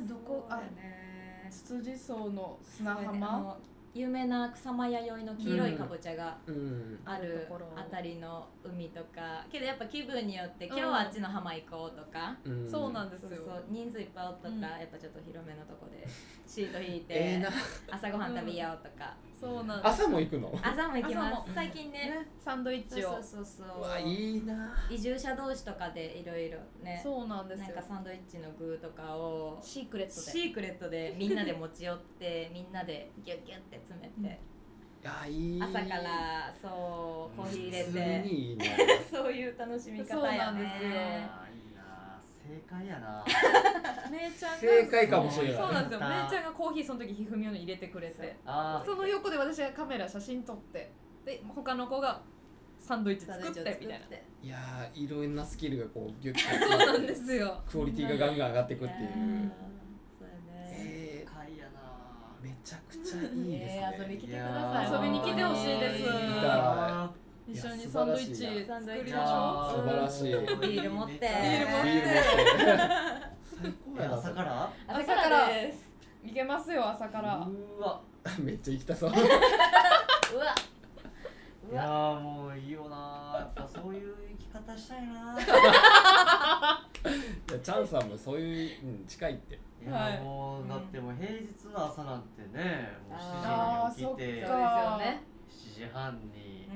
E: ーどこあ
D: そうだね
E: つつじ層の砂
D: 砂
E: 浜
D: 浜有名な草間弥生の黄色いかぼちゃが
C: うん
D: あるあたりの海とかけどやっぱ気分によって今日はあっちの浜行こうとか、
C: うん
E: そうなんです
D: そ
E: よ
D: うそう人数いっぱいおったら、
E: うん
D: やっぱちょっと広めのとこで <laughs> シート引いて、
C: ええな
D: 朝ごはん食べようとか、
E: そうなんです
C: 朝も行くの
D: 朝も行きま
E: 朝も
D: す最近ね
E: ねサンドイッ
D: そう
E: チを
D: そうそうそう
C: うわいいな
D: 移住者同士とかでいろいろね
E: そうなんですよ
D: なんかサンドイッチの具とかを
E: シークレットで
D: シークレットでみんなで持ち寄って <laughs> みんなでギュッギュッて詰めて、
C: いやいい
D: 朝からそうコーヒー入れ
C: 普通
D: て
C: に
E: <laughs>
C: いいな
D: そういう楽しみ方
E: そう
D: や
E: なんで
D: ね
E: すよ
B: あーいいな正解やな
E: めいちゃんが
C: 正解かもしれない
E: そうなんですよ
B: や
E: め
B: った
E: いちゃんがコーヒーその時ひふみおに入れてくれて
B: あー
E: その横で私がカメラ写真撮ってで他の子がサンドイッチ
D: サン
E: 作
D: ドイッ
E: っ
D: チを
E: てみたいない
C: やーいろんなスキルがこうギュッと
E: そうなんですよ
C: クオリティがガンガン上がっていくってい
D: ね
C: う。
D: そうやね
B: 正
C: え
B: 解やな
C: ー、めちゃくちゃいいですね
D: え。ー遊び来てくだ
E: い
D: さ
E: 遊びに来てほしいです
B: やー
E: 見
C: た
E: 一緒にサンドイッチ
C: いや
E: 作り
D: い
E: まし
D: や
E: ょ
D: ー
E: う
C: 素晴らしい。ビー
D: ビール持ってビ
E: ール持って
C: ル持って。最高
B: え
C: やな。。
B: 朝からら
D: 朝
E: 朝
D: か
E: から
D: らです
E: 行けますよ朝から
B: うわ
C: <laughs> めっちゃ行きた
E: <laughs>
C: そう。
D: うわ
B: いうや
D: わ
B: ーもういいよなやっぱそういう生き方したいな
C: いやチャンさんもそういう、うん、近いって。
B: いや
E: はい
B: ーもうだってもう平日の朝なんてねもう
D: あ
B: 7
E: ー
B: 時に起きて
D: そ
E: そっ
D: うです
E: か
D: よね
B: 7時半に
D: う、ん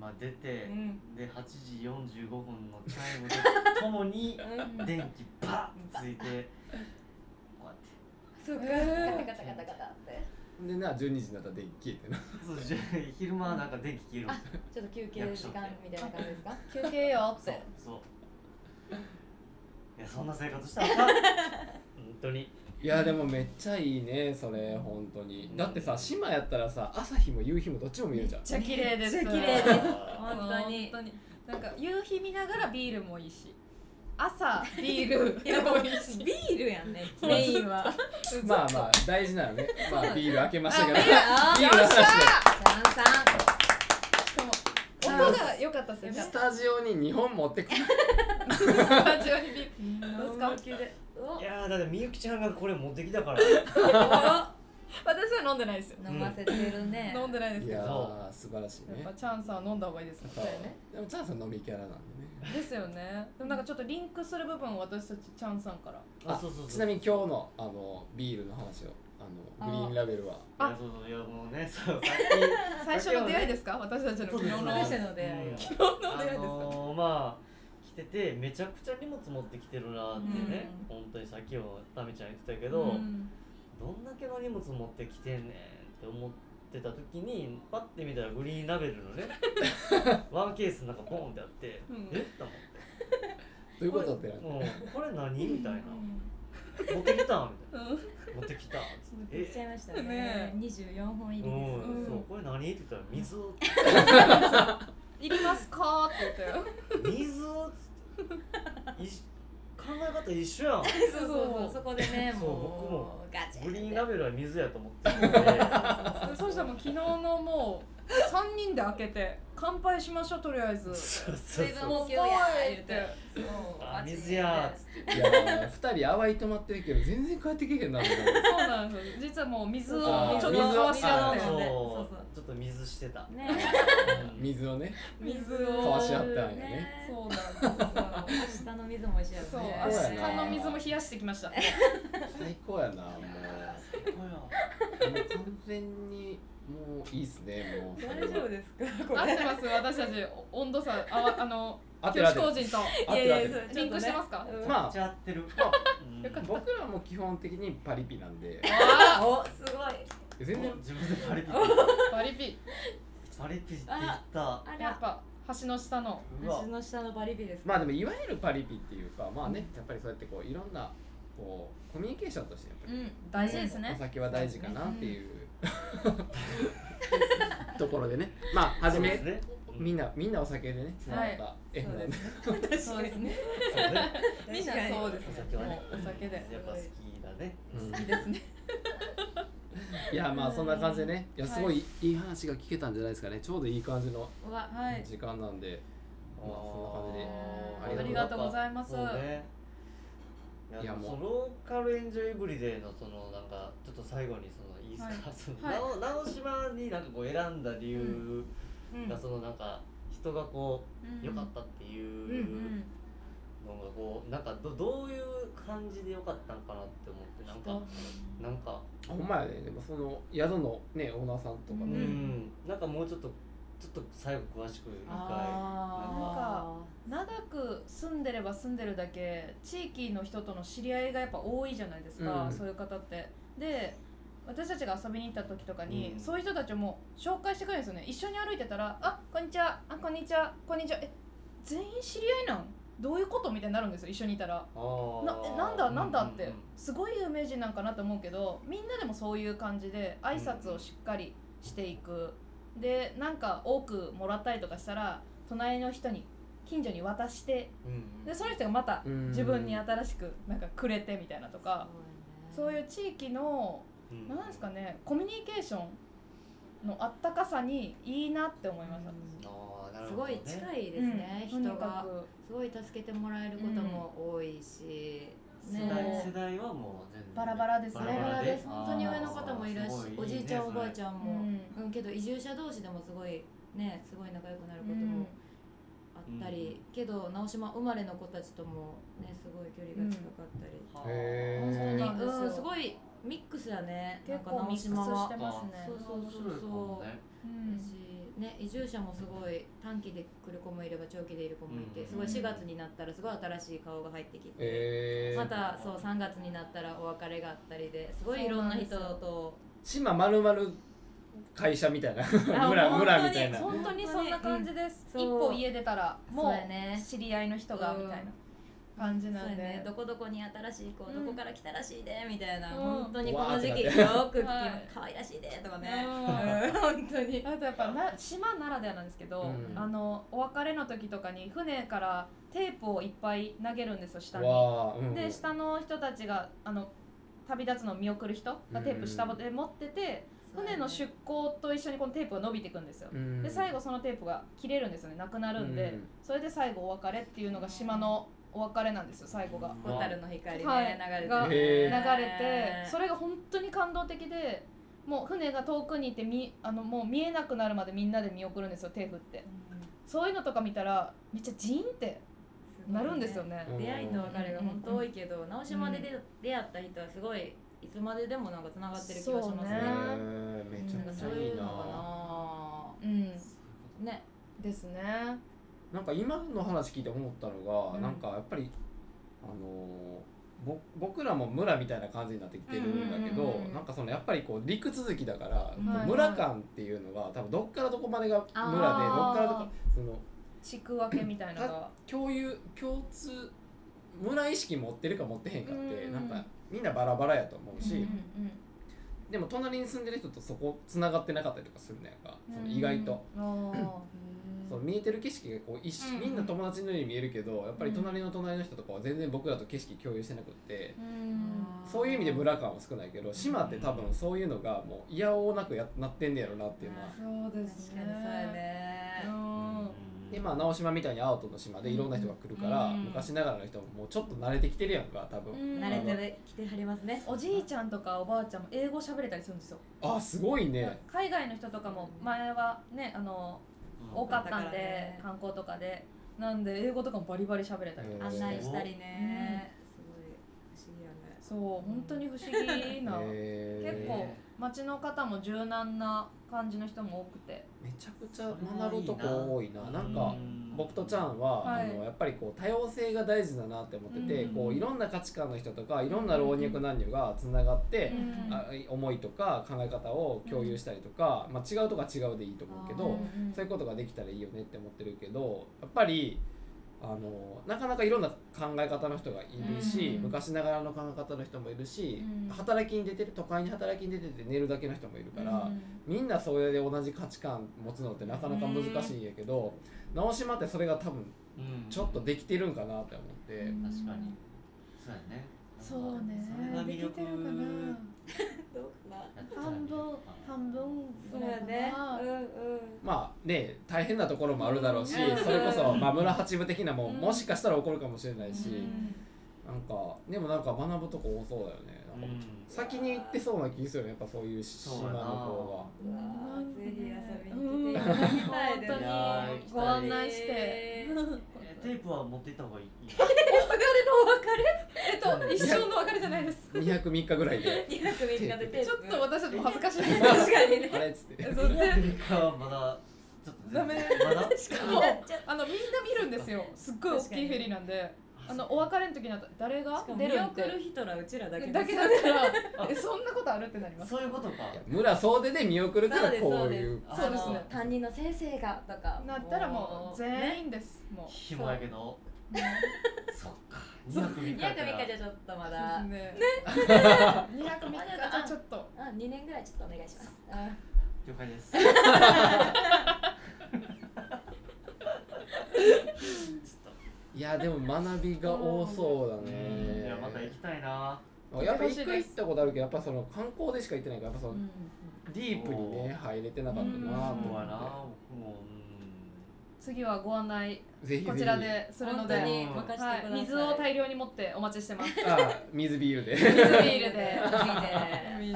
B: まあ、出て、
E: うん
B: で8時45分のタイムとともに電気バッつい
E: <laughs>
B: てこうやって
D: そうか、
E: えー
D: ガタガタガタガタって
C: でな、12時になったら電気消えてな。
B: そうじゃ昼間はなんか電気消えるんですよ
D: ちょっと休憩時間みたいな感じですか
E: 休憩よっ
B: そう
E: て
B: そういやそんな生活したらあかん本当に
C: いやでもめっちゃいいね、それ本当に。だってさ、島やったらさ、朝日も夕日もどっちも見えるじゃん。
E: めっちゃ綺麗で
D: め
E: す
D: っちゃ綺麗です
E: 本
D: 本
E: 当
D: 当
E: に
D: に
E: なんか夕日見ながらビールもいいし朝ビール
D: いや
E: も
D: もう
E: <laughs> いいし
D: ビールやんねメインは
C: まあまあ大事なのね。まあビール開けましたけど。
D: ビールあ
C: ビールの話で。
D: さんさん
E: 音が良かったですよね
C: スタジオに日本持ってくる。
E: スタジオにビールどうですか <laughs>
D: お
B: いやーだってみゆきちゃんがこれ持ってきたから
E: 私は飲んでないですよ
D: 飲ませてるね
E: 飲んでないです
C: い
E: けど
C: や
E: や
C: ー素晴らしい
E: っ
C: ね
E: ぱ。チャンさんは飲んだ方がいいです
C: そう
E: から
C: でもチャンさん飲みキャラなんでね。
E: ですよねでもなんかちょっとリンクする部分を私たちチャンさんから
B: あそうそうそう
C: ちなみに今日のあのビールの話をあのグリーンラベルは。
B: いやそうそういやもうねそうさっ
E: 最初の出会いですか私たちの
B: きそ
E: 昨
B: う
E: 日
B: です
E: の
B: ね
D: 私の出会いは
B: 昨日
E: の出会いですか
B: あのー、まあ来ててめちゃくちゃ荷物持ってきてるなってね、本当にさっきもタミちゃん言ってたけど、
E: うん
B: どんだけの荷物持ってきてんねんって思ってた時にパッて見たらグリーンラベルのねワンケースなんかボンってあって、
E: うん
B: えっと思って
C: ということで、
B: これ,、うん、これ何みたいな持ってきたみたいな持ってきた
D: 持ってきちゃいました
E: ね
D: ね二十四本入り
B: う
D: です
B: ん、
E: うん
B: そうこれ何って言ったら水を
E: いりますかって言ったよ
B: 水をつっていしえ方一緒やん
D: そうそうそうそこでね
B: そう僕
D: も
B: も
D: うガチャって
B: グリーンラベルは水やと思ってたんで
E: そうしたらもう昨日のもう3人で開けて乾杯しましょうとりあえず
B: そうそう
D: 水分
B: そう
D: 補給や
E: おい
D: 言ってそう
B: あ
D: マジで
B: 水やーっつ
C: いやー2人淡い止まってるけど全然帰ってけへんなみたいな
E: そうなんですよ実はもう水をち
C: あ
E: ょ
C: ー
E: っと
C: 水を
E: 交わし
D: 水
E: 合
B: あ
E: っ
B: の
E: て
D: そう
B: ちょっと水してた
D: ね
C: 水をね
D: 水を
E: 交
C: わし合ったんやね
D: そう
E: そうなんですよ
D: 明日の水も美味しいや
E: そう
D: ろね
C: そうや
E: 明日の水も冷やしてきました
C: 最高やなもうもう完全にもういいっすねもう
D: 大丈夫ですかこ
E: 合って
D: れ
E: ます私たち温度差あわあの
C: 合ってる
E: 教
C: 合って
E: 師
C: る
E: 工人と
C: 合って
D: い
C: る合っ
D: やい
C: て
D: やそ
C: る
D: う
E: リンクしてます
D: ちょっ
E: か
D: とね
C: まあ
B: ちゃってるうん
E: よかっ
C: 僕らも基本的にパリピなんで
E: あ
D: おすごい
C: 全然
B: お自分でパリピ
E: ーバリピ
B: パリピって言った
D: あ
E: やっ
D: ら
E: ぱ橋の下の
B: うわ
D: 橋の下のバリビです
C: まあでもいわゆるパリピっていうかまあねやっぱりそうやってこういろんなこうコミュニケーションとしてやっぱ
D: う
C: り、
D: ん大事ですね
C: お酒は大事かなっていう、ところでねまあ初
B: そう
C: め
B: ですね
C: みんなみんなお酒でねつながった縁なんで、
D: そうですそうですね
B: そうね
D: みんなそうです
B: お
D: ね
B: 酒はね
D: お酒で
B: やっぱ好きだね
C: うん
D: いいですね
C: いやまあそんな感じでねいやすごいいい話が聞けたんじゃないですかねちょうどいい感じの
D: うわはい
C: 時間なんで、まあそんな感じで
E: ありがとうございます
B: そうねい
C: い
B: や
C: や
B: もう
C: もう
B: そのローカルエンジョイブリデーのそのなんかちょっと最後にそのいいですか、
E: はい
B: その
E: はい
B: なお直島になんかこう選んだ理由
D: うん
B: がそのなんか人がこう良かったって
D: うんう
B: いうんのがこうなんかどどういう感じで良かったんかなって思ってなんかなんか
C: ほんまやねでもその宿のねオーナーさんとか
B: う
C: の、
B: ん、
D: ん
B: なんかもうちょっとちょっと最後詳しく理解
D: あ
E: 長く住んでれば住んでるだけ地域の人との知り合いがやっぱ多いじゃないですか、
C: うん
E: そういう方ってで私たちが遊びに行った時とかに、
B: うん
E: そういう人たちをもう紹介してくれるんですよね一緒に歩いてたら「あこんにちはあこんにちはこんにちはえ全員知り合いなんどういうこと?」みたいになるんですよ一緒にいたら。
B: あー
E: なえなんだなんだって、
B: うんうん
E: すごい有名人なんかなと思うけどみんなでもそういう感じで挨拶をしっかりしていく、でなんか多くもらったりとかしたら隣の人に近所に渡して
B: うん
E: でその人がまた
C: うん
E: 自分に新しくなんかくれてみたいなとか、そういう地域の
B: うん
E: なんですかねコミュニケーションのあったかさにいいなって思いました。
B: あーなる
D: す
B: ほど
D: ご
B: ね
D: い近いですね、
E: うん
D: 人
E: とにか
D: が
E: く
D: すごい助けてもらえることも多いし、
E: うん
B: 世代
E: ね
B: 世代はもう全然
E: バラバラです
D: バ
E: ね
D: ラバラです本当に上の
B: あー
D: 方もいるし
B: すごね
D: おじいちゃんおばあちゃん
E: う
D: も、
E: ん
D: うんけど移住者同士でもすごいねすごい仲良くなることもあったり、けど直島生まれの子たちともねすごい距離が近かったり、
B: それ
C: へ
B: は
C: ー
B: ね
E: そう
B: は
E: なんですよ
D: うんすごいミックスだね
E: 結
D: なん
E: 構
D: か直
E: ミックスして
D: 島
E: ま
D: は。
E: すね
D: そう。そうそう
B: 面白いかもね
E: う
D: だ
E: ん
D: しね、移住者もすごい短期で来る子もいれば長期でいる子もいて、
B: うん
D: すごい4月になったらすごい新しい顔が入ってきて、
C: えー
D: またそう3月になったらお別れがあったりですごいいろんな人と
C: 島まるまる会社みたいな <laughs>
D: あ
C: 村村みたいな
E: 本当にそんな感じです、
D: うん
E: 一
D: そう
E: 歩家出たら
D: そう
E: も
D: や
E: う
D: ね
E: 知り合いの人がみたいな感
D: そ
E: じ
D: う
E: なん
D: や
E: で、
D: ねどこどこに新しい子、
E: うん
D: どこから来たらしいでみたいな、
E: うん
D: 本当にこの時期
C: う
D: よ
C: わーって
D: く聞き
E: は
D: ま
E: い
D: 可愛らしいでとかね、
E: うん
D: うん <laughs> 本当に
E: あとやっぱな島ならではなんですけど、
C: うん
E: あのお別れの時とかに船からテープをいっぱい投げるんですよ下に。
C: わあ、うん、
E: で下の人たちがあの旅立つのを見送る人がテープ下で持ってて、船の出港と一緒にこのテープが伸びていくんですよ。
C: うん
E: で最後そのテープが切れるんですよねなくなるんで、
C: うん
E: それで最後お別れっていうのが島のお別れなんですよ最後が。
D: ホタルの光ね、
E: はいが
D: 流れて
C: へ
E: 流れてそ
D: れ
E: れが本当に感動的でもう船が遠くにいてみあのもう見えなくなるまでみんなで見送るんですよ手振ってそういうのとか見たらめっちゃジーンってなるんですよね
C: うん
D: 出会いと別れが本当多いけど、直島で出出会った人はすごいいつまででもなんかつながってる気がしますね
E: そう
C: へ
E: ね
C: ーめちゃ
D: なんか
C: くち
D: そう
C: ゃい
D: い
C: いうな
D: のか
E: うん
D: なね
E: ですね
C: なんか今の話聞いて思ったのが、
E: うん
C: なんかやっぱりあのーぼ僕らも村みたいな感じになってきてるんだけど、
E: うんうんうんうん
C: なんかそのやっぱりこう陸続きだから、
D: はいはい
C: 村感っていうのが多分どっからどこまでが村でどっ
D: あ
C: からどこその
E: 地区分けみたいなのが
C: 共有共通村意識持ってるか持ってへんかって、
E: うん
C: なんかみんなバラバラやと思うし、
E: うん
C: でも隣に住んでる人とそこ繋がってなかったりとかするのやんかその意外と、そう見えてる景色がこう一緒
E: うん
C: みんな友達のように見えるけどやっぱり隣の隣の人とかは全然僕らと景色共有してなくって、そういう意味でブラ感は少ないけど島って多分そういうのがもういやおうなくやなってんねやろなっていうのは、
E: そうです
D: 確かにそうやね
C: でまあ直島みたいにアウトの島でいろんな人が来るから、
E: うん
C: 昔ながらの人ももうちょっと慣れてきてるやんか多分、
D: 慣れてきてはりますね
E: おじいちゃんとかおばあちゃんも英語喋れたりするんですよ、
C: あすごいね
E: 海外の人とかも前はねあの多かったんで、観光とかでなんで英語とかもバリバリ喋れたりとか、
C: うん
D: 案内したりねすごい不思議やね
E: そう本当に不思議な、
C: <laughs> え
E: 結構町の方も柔軟な感じの人も多くて
C: めちゃくちゃ学ぶとこ多いななんか僕とちゃ
B: ん
C: んは、
E: はい
C: あのやっぱりこう多様性が大事だなって思ってて、
E: うん
C: こういろんな価値観の人とかいろんな老若男女がつながって、
E: うん
C: あ思いとか考え方を共有したりとか、まあ、違うとか違うでいいと思うけど、
E: うんうん
C: そういうことができたらいいよねって思ってるけどやっぱりあのなかなかいろんな考え方の人がいるし、
E: うん
C: 昔ながらの考え方の人もいるし、
E: うん
C: 働きに出てる都会に働きに出てて寝るだけの人もいるから、
E: うん
C: みんなそれで同じ価値観持つのってなかなか難しいんやけど、直島ってそれが多分ちょっとできてるんかなって思って、
E: うん
B: 確かにそうやね
E: そうね
B: それが
E: で
B: 魅
E: きて
B: 力
E: るかな
D: どうかな
B: やったら
E: 半分半分
D: そう
E: ぐらい
D: や
E: か
D: ね
E: な
D: うんうん
C: まあね大変なところもあるだろうし、
E: うん
C: それこそ、まあ、村八部的なもん、
E: うん
C: もしかしたら起こるかもしれないし、
E: うん
C: なんかでもなんか学ぶとこ多そうだよねなんか、先に行ってそうな気するよねやっぱそういう島の方
D: うわ
E: な
D: ー
E: ん
D: ぜ
E: で
D: ひ遊びに来ていただきたいです
E: うん
B: いやー行きたい
E: ご案内して。
D: えー
B: えテープは持っていった方がいい
E: えっと、一生の別れじゃないです。
C: が203日ぐらい
E: <laughs>
C: で
D: 2泊3日でテープ
E: ちょっと私たちも恥ず
D: <laughs>
E: かしいです。
D: 確かにね
C: あれっつって
E: そうで
B: はまだちょっと
E: <laughs> ダメ
B: まだ
E: しかもあのみんな見るんですよすっごい大きいフェリーなんであのお別れの時になった誰が出
D: 出る
E: る
D: ん
E: ん
D: て
E: て
D: 見送る人らうちらだけ
E: だけだから
B: あ
E: えそんなことあるってなります
B: そういうことか
C: いや村総出で見送るからこういう
B: あ
E: そうですね
B: の
D: 担任の先生がとか
E: なったらもう
D: ね
E: 全員ですもう
B: 紐やけどそっか2
D: そう
B: 泊3日
D: 2
B: や
D: 泊
B: から
D: 3日じゃちょっとまだ
E: そうですね2泊3日じゃちょっと
D: あ2年ぐらいちょっとお願いします
B: 了解
E: <laughs>
B: ですちょっ
C: いやでも学びが多そうだ
B: と
C: ね
B: いやまた行きたいな
C: やっぱ一回行ったことあるけどやっぱその観光でしか行ってないからやっぱそのディープにね入れてなかったなと
E: うん
B: 僕
C: 思
B: はな
C: っ
B: 僕も
E: 次はご案内
C: てぜひぜひ
E: こちらでするの
D: 本
E: で
D: 当
E: は
D: に任せてください
E: い水を大量に持ってお待ちし
C: <laughs>
E: てます
C: あ水ビールで
E: 水ビー
C: <laughs>
E: ルで
D: いいね
B: うんい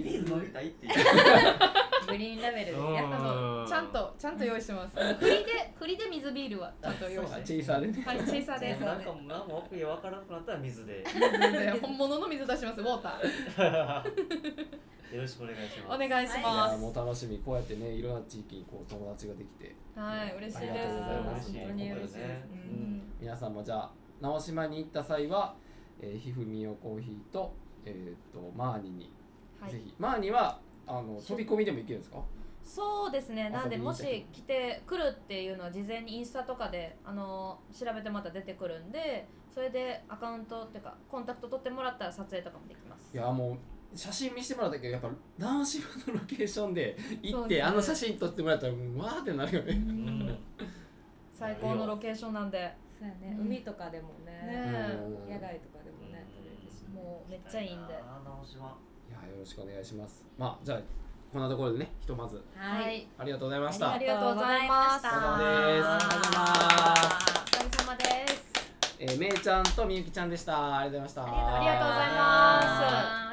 B: いビール飲みたいっていう
D: グリーンラベルです
B: うん
D: ね
E: あのちゃんとちゃんと用意してますあの振りで振りで水ビールはちゃんと
C: <laughs>
E: 用意して
C: チェイサーでね
E: はい、チェイサーです。
B: なんかもうなもう訳分からなくなったら水
E: <laughs>
B: で
E: 本物の水出します、ウォーター。
B: よろしくお願いします
E: お願いし
C: い
E: ま
C: や
E: す
C: ー。もう楽しみこうやってねいろんな地域にこう友達ができて
E: はい、嬉しい
C: ありが
E: で。
C: とうございますす
D: 本当に嬉しいです
B: ね
D: う
E: うんん
C: 皆さんもじゃあ直島に行った際は、えー、ひふみよコーヒーと,、えー、とマーニに、
E: はい
C: ぜひマーニはあの飛び込みでも行けるんですか
E: そうですね、なんで
C: 遊びに
E: も
C: 行きたい
E: し来てくるっていうのを事前にインスタとかであの調べてまた出てくるんでそれでアカウントっていうかコンタクト取ってもらったら撮影とかもできます
C: いやーもう写真見せてもらったけどやっぱ直島のロケーションで行
E: そう
C: っ
E: で
C: て、
E: すね
C: あの写真撮ってもらったらもうわーってなるよね、
B: うん
E: 最高のロケーションなんで
D: そうやね
E: うん
D: 海とかでもね
E: ね
C: うん
D: 野外とかでもね撮れるし
E: もうめっちゃいいんで
B: あ直島
C: いやーよろしくお願いしますまあじゃあこんなところでねひとまず
D: はい
C: ありがとうございまし
D: あ
C: た
E: りがとうございました
D: りがとうございました
C: お疲れ様です
E: お疲れ様です
C: えー、めいちゃんとみゆきちゃんでしたありがとうございました
D: あ
E: ありがとうございます